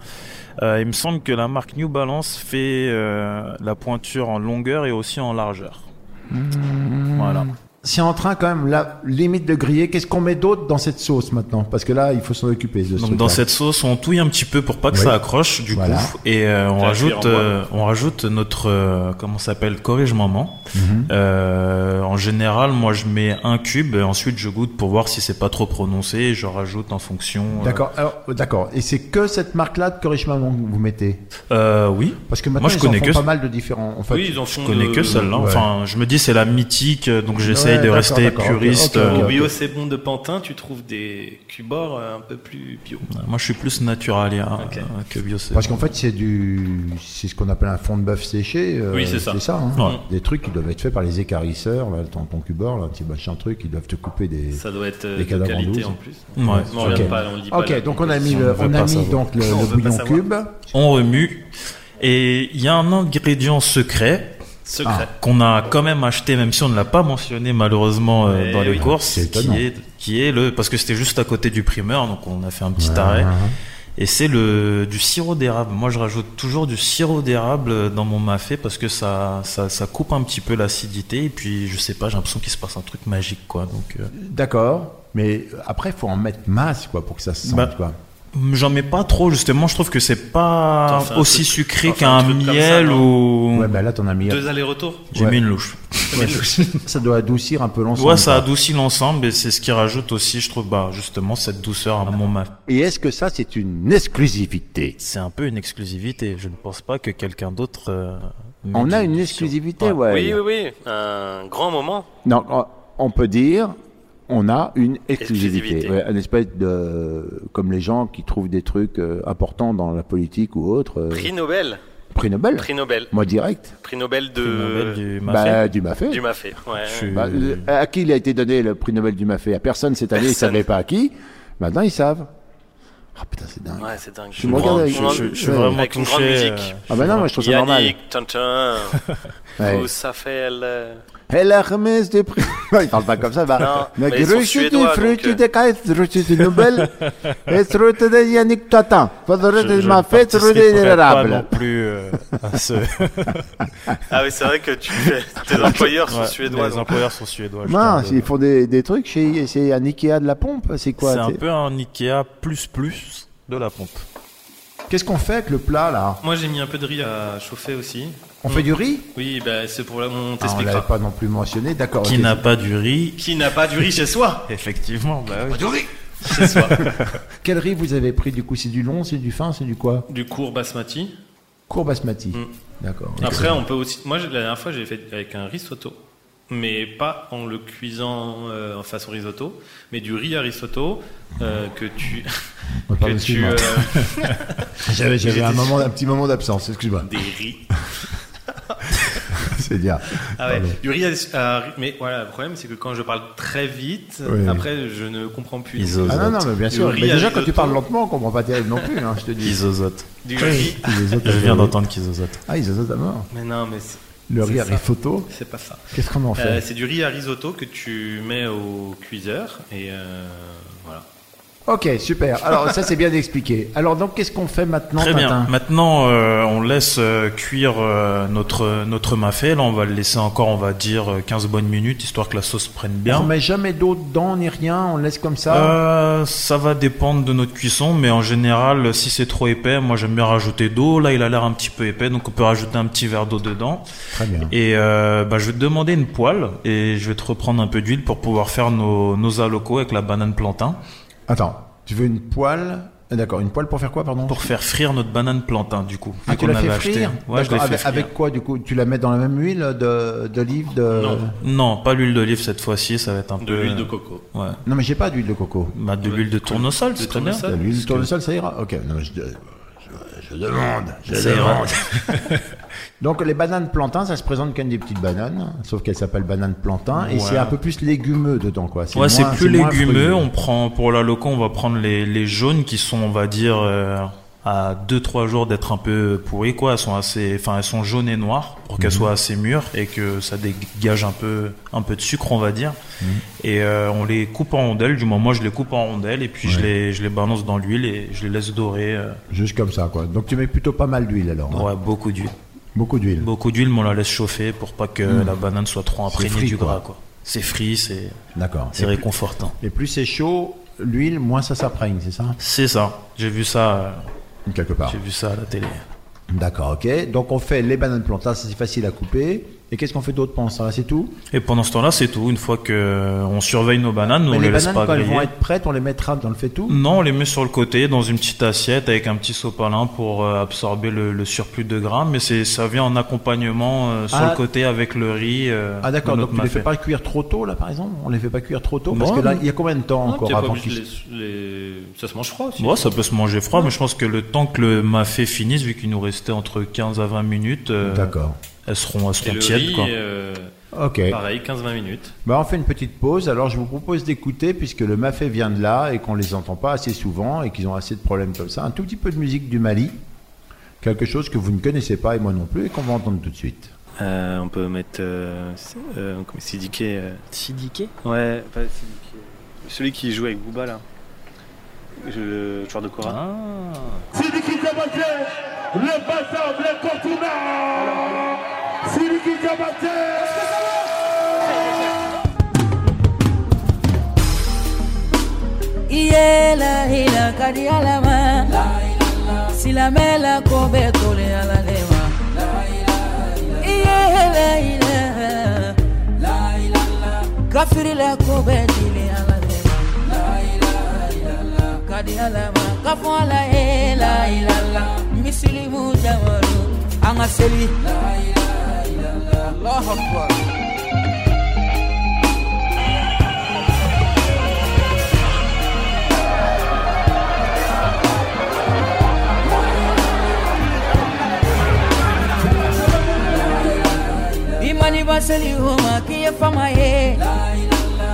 Speaker 4: Euh, il me semble que la marque New Balance fait euh, la pointure en longueur et aussi en largeur. Voilà.
Speaker 2: Mmh. C'est en train quand même, la limite de griller. Qu'est-ce qu'on met d'autre dans cette sauce maintenant Parce que là, il faut s'en occuper. de ce
Speaker 4: Donc dans
Speaker 2: truc-là.
Speaker 4: cette sauce, on touille un petit peu pour pas que
Speaker 2: Oui.
Speaker 4: ça accroche du
Speaker 2: Voilà.
Speaker 4: coup, et euh, on
Speaker 3: Ça, je vais
Speaker 4: rajoute,
Speaker 3: en bois.
Speaker 4: euh, on rajoute notre euh, comment ça s'appelle corrige maman.
Speaker 2: Mmh.
Speaker 4: Euh, en général, moi je mets un cube, et ensuite je goûte pour voir si c'est pas trop prononcé, et je rajoute en fonction. euh,
Speaker 2: D'accord. Alors, d'accord. Et c'est que cette marque-là de Corrige Maman que vous mettez
Speaker 4: euh, oui.
Speaker 2: Parce que maintenant,
Speaker 4: Moi, je
Speaker 2: ils
Speaker 4: connais
Speaker 2: en font
Speaker 4: que
Speaker 2: pas
Speaker 4: ça.
Speaker 2: mal de différents. En fait,
Speaker 3: Oui, ils en font
Speaker 4: Je connais
Speaker 3: de- euh,
Speaker 4: que celle-là.
Speaker 2: ouais.
Speaker 4: Enfin, je me dis c'est la mythique, euh, donc j'essaye
Speaker 2: Ouais,
Speaker 4: de
Speaker 2: d'accord,
Speaker 4: rester
Speaker 2: d'accord, ok,
Speaker 4: puriste.
Speaker 2: ok,
Speaker 4: euh,
Speaker 2: ok.
Speaker 3: Au bio, c'est bon de Pantin, tu trouves des cubors euh, un peu plus bio.
Speaker 4: Moi, je suis plus naturalia euh,
Speaker 3: Ok.
Speaker 4: que bio. c'est-
Speaker 2: Parce qu'en fait, c'est du, c'est ce qu'on appelle un fond de bœuf séché. euh,
Speaker 3: Oui, c'est ça.
Speaker 2: C'est ça. hein.
Speaker 4: Ouais.
Speaker 2: Des trucs qui doivent être faits par les écarisseurs, là, ton, ton cubeur, là, un petit machin truc, ils doivent te couper des.
Speaker 3: Ça doit être euh,
Speaker 2: Des
Speaker 3: de
Speaker 2: cadavres en
Speaker 3: qualité
Speaker 2: douze.
Speaker 3: en plus.
Speaker 4: Ouais.
Speaker 3: On revient
Speaker 2: Ok.
Speaker 3: pas, on le dit pas là.
Speaker 2: Ok, donc on a mis,
Speaker 4: on
Speaker 2: le,
Speaker 4: veut
Speaker 2: on
Speaker 4: pas
Speaker 2: a mis
Speaker 4: savoir.
Speaker 2: donc le,
Speaker 3: Non, on
Speaker 2: le
Speaker 3: veut pas
Speaker 2: bouillon
Speaker 3: savoir.
Speaker 2: cube.
Speaker 4: On remue et il y a un ingrédient secret
Speaker 3: Secret.
Speaker 2: Ah.
Speaker 4: qu'on a quand même acheté, même si on ne l'a pas mentionné malheureusement euh,
Speaker 3: Eh
Speaker 4: dans les
Speaker 3: oui.
Speaker 4: courses,
Speaker 2: C'est
Speaker 4: qui
Speaker 2: étonnant.
Speaker 4: est qui est le parce que c'était juste à côté du primeur, donc on a fait un petit arrêt. Et c'est le du sirop d'érable. Moi, je rajoute toujours du sirop d'érable dans mon mafé parce que ça ça, ça coupe un petit peu l'acidité et puis je sais pas, j'ai l'impression qu'il se passe un truc magique quoi. Donc euh,
Speaker 2: D'accord. Mais euh, après, faut en mettre masse, quoi, pour que ça se sente,
Speaker 4: Bah,
Speaker 2: quoi.
Speaker 4: J'en mets pas trop justement, je trouve que c'est pas
Speaker 3: T'en fais un
Speaker 4: aussi
Speaker 3: truc-
Speaker 4: sucré
Speaker 3: t'en fais un
Speaker 4: qu'un
Speaker 3: truc comme
Speaker 4: miel
Speaker 3: ça,
Speaker 4: ou...
Speaker 2: Ouais, bah là, t'en as mis.
Speaker 3: Deux allers-retours.
Speaker 4: J'ai
Speaker 2: ouais.
Speaker 4: mis une louche.
Speaker 2: Ouais, ça doit adoucir un peu l'ensemble.
Speaker 4: Ouais, ça
Speaker 2: quoi.
Speaker 4: adoucit l'ensemble et c'est ce qui rajoute aussi, je trouve, bah, justement cette douceur à mon mafé.
Speaker 2: Et est-ce que ça, c'est une exclusivité
Speaker 4: C'est un peu une exclusivité, je ne pense pas que quelqu'un d'autre euh,
Speaker 2: On a une exclusivité, ouais.
Speaker 3: Oui, oui, oui. Un grand moment.
Speaker 2: Non, on- on peut dire, on a une exclusivité.
Speaker 3: Exclusivité.
Speaker 2: Ouais, un espèce de. Comme les gens qui trouvent des trucs euh, importants dans la politique ou autre. euh,
Speaker 3: Prix Nobel.
Speaker 2: prix Nobel
Speaker 3: Prix Nobel.
Speaker 2: Moi direct
Speaker 3: Prix Nobel de.
Speaker 4: Nobel du Mafé.
Speaker 2: Bah, du Mafé.
Speaker 3: Du Mafé. Ouais.
Speaker 4: Je suis-
Speaker 2: Bah, le- à qui il a été donné le prix Nobel du Mafé À personne cette année, ils ne
Speaker 3: Personne.
Speaker 2: savaient pas à qui. Maintenant, ils savent. Ah putain, c'est dingue.
Speaker 3: Ouais, c'est dingue.
Speaker 2: Tu me regardes avec-
Speaker 3: Grande-
Speaker 4: je, je suis
Speaker 2: Ouais.
Speaker 4: vraiment
Speaker 3: Avec une grande
Speaker 4: touché,
Speaker 3: musique.
Speaker 4: euh,
Speaker 2: Ah bah non, moi je trouve ça normal.
Speaker 3: Yannick, Tintin,
Speaker 2: Ouais.
Speaker 3: ça fait euh, le...
Speaker 2: Et la remise du prix. Non, ils parlent pas comme ça. Bah.
Speaker 3: Non,
Speaker 2: Mais
Speaker 3: mais ils sont
Speaker 2: reçu du
Speaker 3: suédois,
Speaker 2: fruit
Speaker 3: donc, euh.
Speaker 2: de caisse, reçu du Nobel, et reçu de Yannick Tatin. Faudrait
Speaker 4: je-
Speaker 2: de
Speaker 4: je
Speaker 2: ma fête,
Speaker 4: participerai
Speaker 2: reçu de
Speaker 4: pas non
Speaker 2: l'érable.
Speaker 4: plus euh, à ce...
Speaker 3: Ah oui, c'est vrai que tu fais... tes employeurs sont
Speaker 4: Ouais,
Speaker 3: suédois.
Speaker 4: Les
Speaker 3: donc.
Speaker 4: employeurs sont suédois. je
Speaker 2: Mince,
Speaker 4: t'avoue.
Speaker 2: ils font des, des trucs chez, c'est un Ikea de la pompe, c'est quoi?
Speaker 4: C'est un
Speaker 2: c'est-
Speaker 4: peu un Ikea plus plus de la pompe.
Speaker 2: Qu'est-ce qu'on fait avec le plat, là?
Speaker 3: Moi, j'ai mis un peu de riz à chauffer aussi.
Speaker 2: On fait du riz?
Speaker 3: Oui, bah, Hmm. c'est pour là, on
Speaker 2: Ah, on
Speaker 3: t'expliquera.
Speaker 2: l'avait pas non plus mentionné, d'accord.
Speaker 4: Qui
Speaker 2: ok.
Speaker 4: n'a pas du riz
Speaker 3: Qui n'a pas du riz chez soi
Speaker 4: Effectivement, bah oui.
Speaker 3: Chez soi.
Speaker 2: Quel riz vous avez pris, du coup? C'est du long, c'est du fin, c'est du quoi?
Speaker 3: du court basmati.
Speaker 2: Court basmati.
Speaker 3: Hmm.
Speaker 2: D'accord.
Speaker 3: Après, on peut aussi... Moi, j'ai- la dernière fois, j'ai fait avec un risotto. Mais pas en le cuisant euh, en façon risotto, mais du riz à risotto euh, que tu...
Speaker 2: Ouais,
Speaker 3: que
Speaker 2: pardon,
Speaker 3: tu...
Speaker 2: excuse-moi.
Speaker 3: euh,
Speaker 2: J'avais, j'avais un
Speaker 3: j'étais-
Speaker 2: moment, un petit moment d'absence, excuse-moi.
Speaker 3: des riz
Speaker 2: C'est dire.
Speaker 3: Ah ouais,
Speaker 2: Pardon.
Speaker 3: du riz à la- à- mais voilà, le problème c'est que quand je parle très vite,
Speaker 2: Oui.
Speaker 3: après je ne comprends plus.
Speaker 4: Iso-
Speaker 2: Ah non, non, mais bien
Speaker 3: Du
Speaker 2: sûr.
Speaker 3: riz
Speaker 2: Mais déjà,
Speaker 3: avec
Speaker 2: quand
Speaker 3: le
Speaker 2: tu parles
Speaker 3: thon.
Speaker 2: lentement, on comprend pas terrible non plus, hein, je te dis.
Speaker 4: Isozote.
Speaker 3: Du riz. Ah,
Speaker 2: Les autres,
Speaker 4: Je viens
Speaker 2: euh,
Speaker 4: d'entendre qu'ils osotent.
Speaker 2: Ah, ils osent à mort.
Speaker 3: Mais non, mais c'est-
Speaker 2: Le riz
Speaker 3: C'est
Speaker 2: à
Speaker 3: ça.
Speaker 2: riz photo.
Speaker 3: c'est pas ça.
Speaker 2: Qu'est-ce qu'on en
Speaker 3: Euh,
Speaker 2: fait
Speaker 3: c'est du riz à risotto que tu mets au cuiseur et euh, voilà.
Speaker 2: Ok, super. Alors, ça, c'est bien expliqué. Alors, donc, qu'est-ce qu'on fait maintenant,
Speaker 4: Très bien.
Speaker 2: Tintin
Speaker 4: Maintenant, euh, on laisse euh, cuire euh, notre notre mafé. Là, on va le laisser encore, on va dire euh, 15 bonnes minutes, histoire que la sauce prenne
Speaker 2: On
Speaker 4: bien.
Speaker 2: met jamais d'eau dedans, ni rien, on laisse comme ça.
Speaker 4: Euh, ça va dépendre de notre cuisson, mais en général, si c'est trop épais, moi j'aime bien rajouter d'eau. Là, il a l'air un petit peu épais, donc on peut rajouter un petit verre d'eau dedans.
Speaker 2: Très bien.
Speaker 4: Et euh, bah, je vais te demander une poêle et je vais te reprendre un peu d'huile pour pouvoir faire nos, nos alocos avec la banane plantain.
Speaker 2: Attends, tu veux une poêle Ah, D'accord, une poêle pour faire quoi, pardon
Speaker 4: Pour faire frire notre banane plantain, du coup.
Speaker 2: Ah,
Speaker 4: vu
Speaker 2: tu
Speaker 4: qu'on
Speaker 2: la fais
Speaker 4: avait acheté.
Speaker 2: frire
Speaker 4: Ouais, je l'ai
Speaker 2: D'accord,
Speaker 4: fait
Speaker 2: avec,
Speaker 4: frire.
Speaker 2: avec quoi, du coup Tu la mets dans la même huile de- d'olive de,
Speaker 3: Non.
Speaker 4: Non, pas l'huile d'olive cette fois-ci, ça va être un
Speaker 3: De
Speaker 2: Euh,
Speaker 4: peu.
Speaker 3: l'huile de coco.
Speaker 4: Ouais.
Speaker 2: Non, mais j'ai pas d'huile de coco.
Speaker 4: Bah, de l'huile de tournesol, c'est très bien.
Speaker 3: tournesol.
Speaker 2: De L'huile de tournesol, ça ira Ok, non, mais je, je- je demande. Je
Speaker 4: Ça ira.
Speaker 2: demande. Donc les bananes plantain, ça se présente comme des petites bananes, sauf qu'elles s'appellent bananes plantain, et
Speaker 4: Ouais.
Speaker 2: c'est un peu plus légumeux dedans, quoi.
Speaker 4: Ouais, c'est
Speaker 2: moins-
Speaker 4: plus
Speaker 2: moins
Speaker 4: légumineux.
Speaker 2: fruit.
Speaker 4: On prend pour la loco, on va prendre les, les jaunes qui sont, on va dire, euh, à 2-3 jours d'être un peu pourries, quoi. Elles sont assez, enfin, elles sont jaunes et noires pour qu'elles soient assez mûres et que ça dégage un peu, un peu de sucre, on va dire. Et euh, on les coupe en rondelles. Du moins, moi, je les coupe en rondelles et puis je les, je les balance dans l'huile et je les laisse dorer. euh.
Speaker 2: Juste comme ça, quoi. Donc tu mets plutôt pas mal d'huile alors. hein.
Speaker 4: Ouais, beaucoup d'huile.
Speaker 2: Beaucoup d'huile.
Speaker 4: Beaucoup d'huile, mais on la laisse chauffer pour pas que la banane soit trop imprégnée
Speaker 2: Hmm. frit,
Speaker 4: du
Speaker 2: quoi.
Speaker 4: gras, quoi. C'est frit, c'est,
Speaker 2: D'accord.
Speaker 4: c'est
Speaker 2: Et plus-
Speaker 4: réconfortant.
Speaker 2: Et plus c'est chaud, l'huile, moins ça s'imprègne, c'est ça
Speaker 4: C'est ça. J'ai vu ça, euh,
Speaker 2: Quelque part.
Speaker 4: j'ai vu ça à la télé.
Speaker 2: D'accord, ok. Donc on fait les bananes plantain, ça c'est facile à couper. Et qu'est-ce qu'on fait d'autre pendant ça C'est tout
Speaker 4: Et pendant ce temps-là, c'est tout. Une fois que euh, on surveille nos bananes, nous,
Speaker 2: Mais
Speaker 4: on
Speaker 2: les
Speaker 4: les, laisse
Speaker 2: bananes,
Speaker 4: pas
Speaker 2: quand elles
Speaker 4: griller.
Speaker 2: vont être prêtes, on les mettra dans le faitout
Speaker 4: Non, on les met sur le côté dans une petite assiette avec un petit sopalin pour euh, absorber le, le surplus de gras. Mais c'est ça vient en accompagnement euh, sur
Speaker 2: Ah.
Speaker 4: le côté avec le riz. euh,
Speaker 2: Ah d'accord,
Speaker 4: de
Speaker 2: donc
Speaker 4: notre
Speaker 2: tu les fais pas
Speaker 4: mafé.
Speaker 2: cuire trop tôt là par exemple On les fait pas cuire trop tôt
Speaker 4: Non,
Speaker 2: Parce que là,
Speaker 4: non.
Speaker 2: il y a combien de temps
Speaker 3: Non,
Speaker 2: encore
Speaker 3: t'es pas
Speaker 2: avant
Speaker 3: obligé
Speaker 2: qu'ils-
Speaker 3: de les- les- Ça se mange froid aussi.
Speaker 4: Ouais, ça peut se manger froid, mais je pense que le temps que le mafé finisse, vu qu'il nous restait entre 15 à 20 minutes, euh,
Speaker 2: D'accord.
Speaker 4: elles seront, elles
Speaker 3: Et
Speaker 4: seront
Speaker 3: le
Speaker 4: tièdes.
Speaker 3: riz,
Speaker 4: quoi.
Speaker 3: euh,
Speaker 2: Ok.
Speaker 3: pareil, 15-20 minutes.
Speaker 2: Bah, on fait une petite pause. Alors je vous propose d'écouter puisque le mafé vient de là et qu'on les entend pas assez souvent et qu'ils ont assez de problèmes comme ça. Un tout petit peu de musique du Mali, quelque chose que vous ne connaissez pas et moi non plus et qu'on va entendre tout de suite.
Speaker 3: Euh, on peut mettre euh, si- euh, comme Sidiké. euh. Ouais, pas Sidiké. Celui qui joue avec Booba là. Je- Le joueur de Ah. Korra.
Speaker 7: Iela ila kadi alama Silamela kobe tole alalema Iela ila Kafiri la kobe dile alalema Kadi alama Kafo ala e ila ila Misili mujawaru Anga seli
Speaker 6: Allahu Akbar.
Speaker 7: imani baseli homa k'i ye fama ye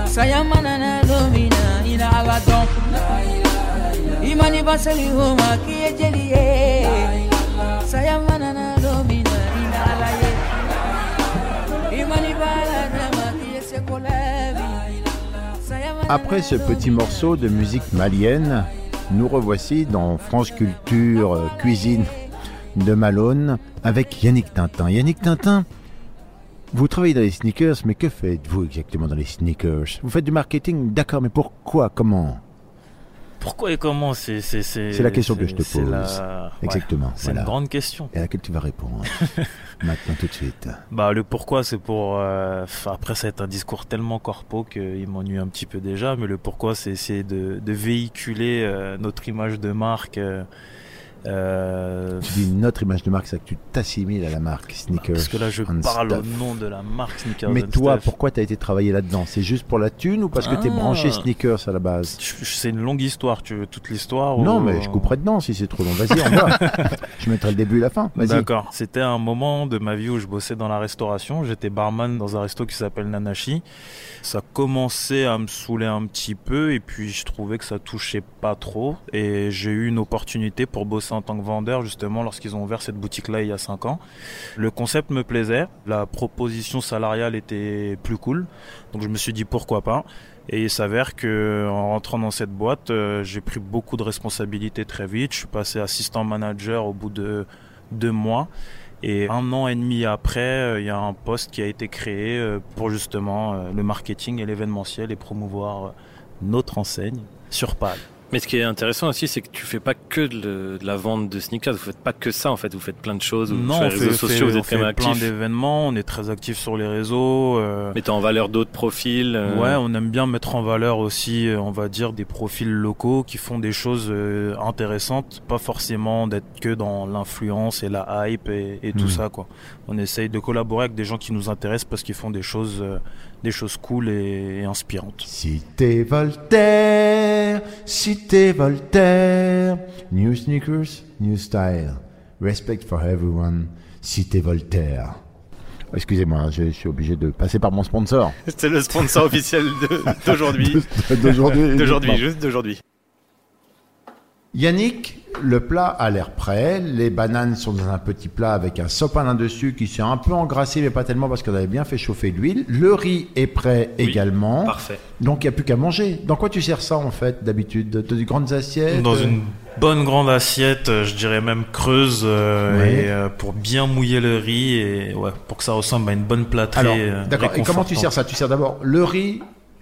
Speaker 7: saya mana na don min na i na ala dɔn imani baseli homa k'i ye jeli ye saya mana na don min na i na ala ye imani bala dama k'i ye seko lɛbi saya mana
Speaker 2: Après
Speaker 7: na
Speaker 2: ce
Speaker 7: don
Speaker 2: petit
Speaker 7: min na-
Speaker 2: morceau de musique malienne, nous revoici dans France Culture euh, Cuisine de Malone avec Yannick Tintin. Yannick Tintin, vous travaillez dans les sneakers, mais que faites-vous exactement dans les sneakers Vous faites du marketing, d'accord, mais pourquoi Comment
Speaker 4: Pourquoi et comment C'est c'est- c'est-
Speaker 2: C'est la question que je te
Speaker 4: c'est
Speaker 2: pose.
Speaker 4: la-
Speaker 2: Exactement,
Speaker 4: C'est
Speaker 2: voilà.
Speaker 4: une grande question.
Speaker 2: Et à laquelle tu vas répondre hein. maintenant tout de suite.
Speaker 4: Bah le pourquoi c'est pour euh, f- après ça va être un discours tellement corpo qu'il m'ennuie un petit peu déjà mais le pourquoi c'est essayer de, de véhiculer euh, notre image de marque euh, euh,
Speaker 2: Tu dis une autre image de marque, c'est que tu t'assimiles à la marque sneakers.
Speaker 4: parce que là je
Speaker 2: and
Speaker 4: parle au
Speaker 2: stuff.
Speaker 4: nom de la marque Sneakers
Speaker 2: Mais
Speaker 4: and
Speaker 2: toi,
Speaker 4: Stuff.
Speaker 2: pourquoi t'as été travailler là-dedans C'est juste pour la thune ou parce que t'es
Speaker 4: Ah.
Speaker 2: branché sneakers à la base
Speaker 4: Je- je- c'est une longue histoire tu veux toute l'histoire
Speaker 2: Non,
Speaker 4: ou-
Speaker 2: mais je couperai dedans si c'est trop long. Vas-y, on voit. je mettrai le début et la fin. Vas-y.
Speaker 4: D'accord. C'était un moment de ma vie où je bossais dans la restauration. J'étais barman dans un resto qui s'appelle Nanashi. Ça commençait à me saouler un petit peu et puis je trouvais que ça touchait pas trop. Et j'ai eu une opportunité pour bosser en tant que vendeur justement lorsqu'ils ont ouvert cette boutique-là il y a 5 ans. Le concept me plaisait. La proposition salariale était plus cool. Donc je me suis dit pourquoi pas. Et il s'avère que en rentrant dans cette boîte, euh, j'ai pris beaucoup de responsabilités très vite. Je suis passé assistant manager au bout de deux mois. Et un an et demi après, euh, il y a un poste qui a été créé euh, pour justement euh, le marketing et l'événementiel et promouvoir euh, notre enseigne sur Pâle.
Speaker 3: Mais ce qui est intéressant aussi, c'est que tu fais pas que de, le- de la vente de sneakers. Vous faites pas que ça, en fait. Vous faites plein de choses. Vous- sur les réseaux sociaux, vous
Speaker 4: on
Speaker 3: êtes quand
Speaker 4: fait
Speaker 3: même
Speaker 4: plein
Speaker 3: actifs.
Speaker 4: d'événements, on est très actifs sur les réseaux. euh,
Speaker 3: Mettant en valeur d'autres profils. euh,
Speaker 4: Ouais, on aime bien mettre en valeur aussi, euh, on va dire, des profils locaux qui font des choses euh, intéressantes, pas forcément d'être que dans l'influence et la hype et, et tout
Speaker 2: Mhm.
Speaker 4: ça, quoi. On essaye de collaborer avec des gens qui nous intéressent parce qu'ils font des choses, euh, des choses cool et, et inspirantes.
Speaker 2: Si t'es Voltaire, si t'es Voltaire. New sneakers, new style. Respect for everyone. Si t'es Voltaire. Excusez-moi, hein, je, je suis obligé de passer par mon sponsor
Speaker 3: C'est le sponsor officiel de- d'aujourd'hui.
Speaker 2: d'aujourd'hui.
Speaker 3: d'aujourd'hui,
Speaker 2: uniquement.
Speaker 3: juste d'aujourd'hui.
Speaker 2: Yannick, le plat a l'air prêt. Les bananes sont dans un petit plat avec un sopalin dessus qui s'est un peu engraissé, mais pas tellement parce qu'on avait bien fait chauffer l'huile. Le riz est prêt
Speaker 3: Oui,
Speaker 2: également.
Speaker 3: Parfait.
Speaker 2: Donc il n'y a plus qu'à manger. Dans quoi tu sers ça en fait d'habitude De de grandes assiettes
Speaker 4: Dans
Speaker 2: euh,
Speaker 4: une bonne grande assiette, euh, je dirais même creuse, euh,
Speaker 2: Ouais.
Speaker 4: et, euh, pour bien mouiller le riz et ouais, pour que ça ressemble à une bonne plâtrée.
Speaker 2: Alors,
Speaker 4: euh,
Speaker 2: d'accord. Et comment tu
Speaker 4: réconfortante.
Speaker 2: sers ça Tu sers d'abord le riz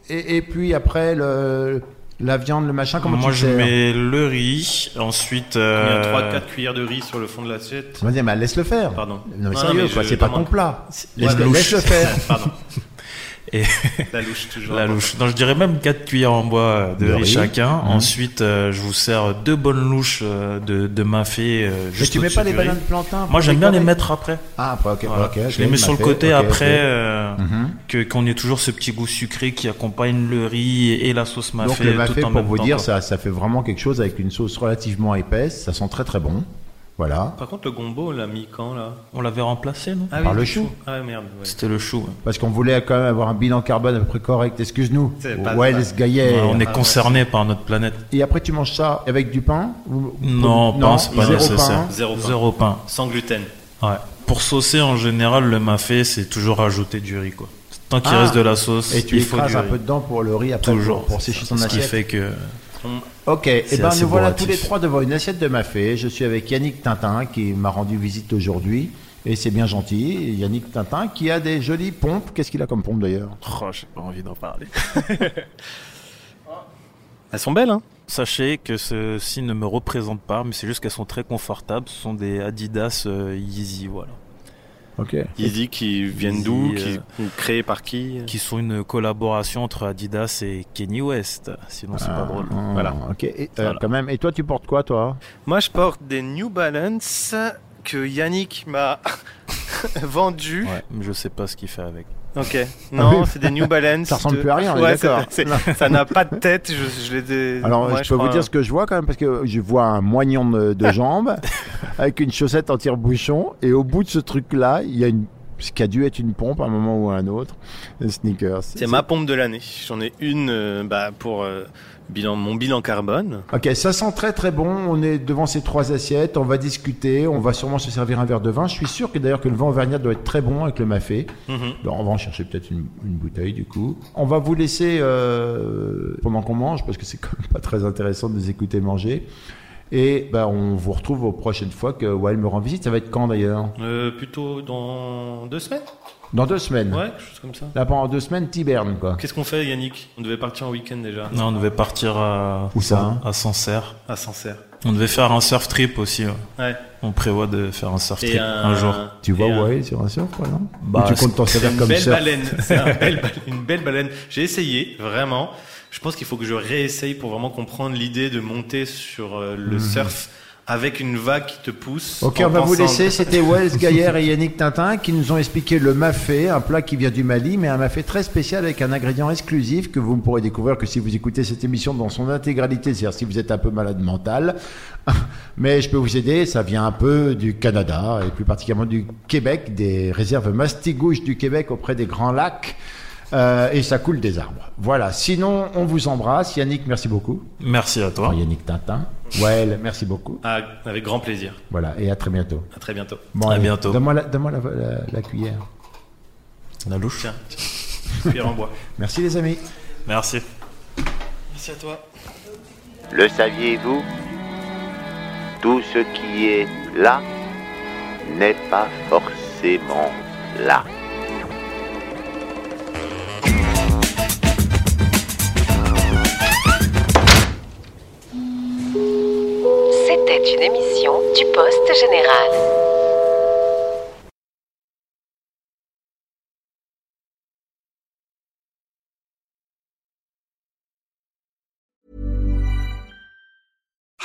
Speaker 2: et, et puis après le, la viande, le machin. Comment
Speaker 4: Moi,
Speaker 2: tu
Speaker 4: je
Speaker 2: sers
Speaker 4: mets le riz, ensuite.
Speaker 3: Il y a
Speaker 4: euh,
Speaker 3: 3-4 cuillères de riz sur le fond de l'assiette.
Speaker 2: Vas-y, mais laisse le faire.
Speaker 3: Pardon.
Speaker 2: Non mais
Speaker 3: Non,
Speaker 2: sérieux,
Speaker 3: mais
Speaker 2: quoi,
Speaker 3: je
Speaker 2: c'est pas ton
Speaker 3: demande.
Speaker 2: plat.
Speaker 4: La
Speaker 2: Laisse,
Speaker 4: louche.
Speaker 2: laisse le faire.
Speaker 3: Pardon.
Speaker 4: Et-
Speaker 3: La louche, toujours.
Speaker 4: La louche. Non, je dirais même quatre cuillères en bois euh, de,
Speaker 2: De
Speaker 4: riz
Speaker 2: riz.
Speaker 4: chacun.
Speaker 2: Mhm.
Speaker 4: Ensuite, euh, je vous sers deux bonnes louches euh, de, de mafé. euh,
Speaker 2: Mais
Speaker 4: juste
Speaker 2: tu mets
Speaker 4: au-dessus
Speaker 2: pas les
Speaker 4: du riz.
Speaker 2: bananes plantains pour
Speaker 4: Moi, j'aime bien les
Speaker 2: décorer
Speaker 4: mettre après.
Speaker 2: Ah, après, ok,
Speaker 4: Voilà.
Speaker 2: ok. ok,
Speaker 4: je les mets sur le
Speaker 2: parfait,
Speaker 4: côté
Speaker 2: ok, ok.
Speaker 4: après, euh,
Speaker 2: Mhm.
Speaker 4: que qu'on ait toujours ce petit goût sucré qui accompagne le riz et, et la sauce mafé.
Speaker 2: Donc le mafé,
Speaker 4: tout en
Speaker 2: pour
Speaker 4: même
Speaker 2: vous
Speaker 4: temps,
Speaker 2: dire,
Speaker 4: quoi.
Speaker 2: ça, ça fait vraiment quelque chose avec une sauce relativement épaisse. Ça sent très très bon. Voilà.
Speaker 3: Par contre, le gombo, on l'a mis quand, là
Speaker 4: On l'avait remplacé, non
Speaker 3: Ah
Speaker 2: Par le
Speaker 3: du
Speaker 2: chou.
Speaker 3: Ah ouais, merde. ouais.
Speaker 4: C'était le chou. ouais.
Speaker 2: Parce qu'on voulait quand même avoir un bilan carbone à peu près correct. Excuse-nous.
Speaker 3: C'est pas
Speaker 2: Wells Gaillet.
Speaker 4: Ouais, on est concerné par notre planète.
Speaker 2: Et après, tu manges ça avec du pain Ou-
Speaker 4: Non, pain, c'est pas
Speaker 2: zéro
Speaker 4: nécessaire.
Speaker 2: pain.
Speaker 3: Zéro pain.
Speaker 4: Zéro pain.
Speaker 3: Sans gluten.
Speaker 4: Ouais. Pour saucer en général, le mafé, c'est toujours rajouter du riz quoi. Tant qu'il
Speaker 2: Ah.
Speaker 4: reste de la sauce,
Speaker 2: Et tu
Speaker 4: il faut
Speaker 2: écrases
Speaker 4: du
Speaker 2: un
Speaker 4: riz.
Speaker 2: peu dedans pour le riz après
Speaker 4: toujours
Speaker 2: pour- pour sécher son
Speaker 4: Ce qui
Speaker 2: assiette.
Speaker 4: fait que
Speaker 2: Ok, et
Speaker 4: C'est
Speaker 2: ben
Speaker 4: assez
Speaker 2: nous voilà tous
Speaker 4: bourratif.
Speaker 2: les trois devant une assiette de mafé. Je suis avec Yannick Tintin qui m'a rendu visite aujourd'hui et c'est bien gentil. Et Yannick Tintin qui a des jolies pompes. Qu'est-ce qu'il a comme pompe d'ailleurs
Speaker 4: oh, j'ai pas envie d'en parler.
Speaker 3: Elles sont belles, hein
Speaker 4: Sachez que ceci ne me représente pas, mais c'est juste qu'elles sont très confortables. Ce sont des Adidas euh, Yeezy, voilà,
Speaker 2: Ok.
Speaker 3: Yeezy qui viennent d'où
Speaker 4: Yeezy,
Speaker 3: qui, Créés par
Speaker 2: euh
Speaker 3: qui
Speaker 4: qui sont une collaboration entre Adidas et Kenny West. Sinon, c'est
Speaker 2: Ah.
Speaker 4: pas drôle.
Speaker 2: voilà. Ok. Et, euh,
Speaker 4: Voilà.
Speaker 2: Quand même. Et toi, tu portes quoi, toi
Speaker 3: Moi, je porte des New Balance que Yannick m'a
Speaker 8: vendu.
Speaker 4: Ouais, mais je sais pas ce qu'il fait avec.
Speaker 3: Ok. Non,
Speaker 2: Ah oui.
Speaker 3: c'est des New Balance.
Speaker 2: Ça ressemble
Speaker 3: de-
Speaker 2: plus à rien, on est
Speaker 3: Ouais, c'est-
Speaker 2: d'accord.
Speaker 3: c'est- Ça n'a pas de tête. Je, je les ai-
Speaker 2: Alors,
Speaker 3: ouais,
Speaker 2: je, peux vous
Speaker 3: crois-
Speaker 2: dire ce que je vois quand même, parce que je vois un moignon de, de jambes avec une chaussette en tire-bouchon, et au bout de ce truc-là, il y a une, ce qui a dû être une pompe à un moment ou à un autre, un sneakers.
Speaker 3: C'est ma pompe de l'année. J'en ai une euh, bah, pour euh, bilan, mon bilan carbone.
Speaker 2: Ok, ça sent très très bon. On est devant ces trois assiettes, on va discuter, on va sûrement se servir un verre de vin. Je suis sûr que d'ailleurs que le vin auvergnat doit être très bon avec le mafé.
Speaker 3: Mhm.
Speaker 2: Bon, on va en chercher peut-être une, une bouteille du coup. On va vous laisser euh, pendant qu'on mange parce que c'est quand même pas très intéressant de nous écouter manger. Et bah, on vous retrouve aux prochaines fois que Wael me rend visite. Ça va être quand d'ailleurs
Speaker 3: Euh, plutôt dans deux semaines
Speaker 2: Dans deux semaines.
Speaker 3: Ouais, quelque chose comme ça.
Speaker 2: Là pendant deux semaines, Tiberne quoi.
Speaker 3: Qu'est-ce qu'on fait, Yannick On devait partir en week-end déjà,
Speaker 4: Non, on devait partir à.
Speaker 2: Où ça, hein
Speaker 4: À Sancerre.
Speaker 3: à Sancerre.
Speaker 4: On devait faire un surf trip aussi. ouais.
Speaker 3: Ouais.
Speaker 4: On prévoit de faire un surf
Speaker 3: Et
Speaker 4: trip un jour.
Speaker 2: Tu vois
Speaker 3: et un-
Speaker 2: Wael sur un surf, quoi, non
Speaker 4: Bah,
Speaker 2: Ou Tu comptes t'en
Speaker 4: c'est
Speaker 2: servir
Speaker 3: une
Speaker 2: comme
Speaker 3: belle
Speaker 2: surf
Speaker 3: baleine. C'est un bel ba- une belle baleine. J'ai essayé, vraiment. Je pense qu'il faut que je réessaye pour vraiment comprendre l'idée de monter sur euh, le surf avec une vague qui te pousse.
Speaker 2: Mhm. Ok,
Speaker 3: en
Speaker 2: on va vous
Speaker 3: pensant-
Speaker 2: laisser. C'était Wells, Gaillère et Yannick Tintin qui nous ont expliqué le mafé, un plat qui vient du Mali, mais un mafé très spécial avec un ingrédient exclusif que vous ne pourrez découvrir que si vous écoutez cette émission dans son intégralité, c'est-à-dire si vous êtes un peu malade mental. Mais je peux vous aider, ça vient un peu du Canada et plus particulièrement du Québec, des réserves mastigouches du Québec auprès des Grands Lacs. Euh, et ça coule des arbres. Voilà. Sinon, on vous embrasse. Yannick, merci beaucoup.
Speaker 4: Merci à toi.
Speaker 2: Enfin, Yannick Tintin. Well, merci beaucoup.
Speaker 3: Ah, avec grand plaisir.
Speaker 2: Voilà. Et à très bientôt.
Speaker 3: À très bientôt.
Speaker 2: Bon,
Speaker 4: À
Speaker 2: allez,
Speaker 4: bientôt.
Speaker 2: Donne-moi la, donne-moi la- la- la cuillère.
Speaker 4: La louche.
Speaker 3: Pierre en bois.
Speaker 2: Merci les amis.
Speaker 4: Merci.
Speaker 3: Merci à toi.
Speaker 1: Le saviez-vous Tout ce qui est là n'est pas forcément là.
Speaker 9: C'était une émission du Poste Général.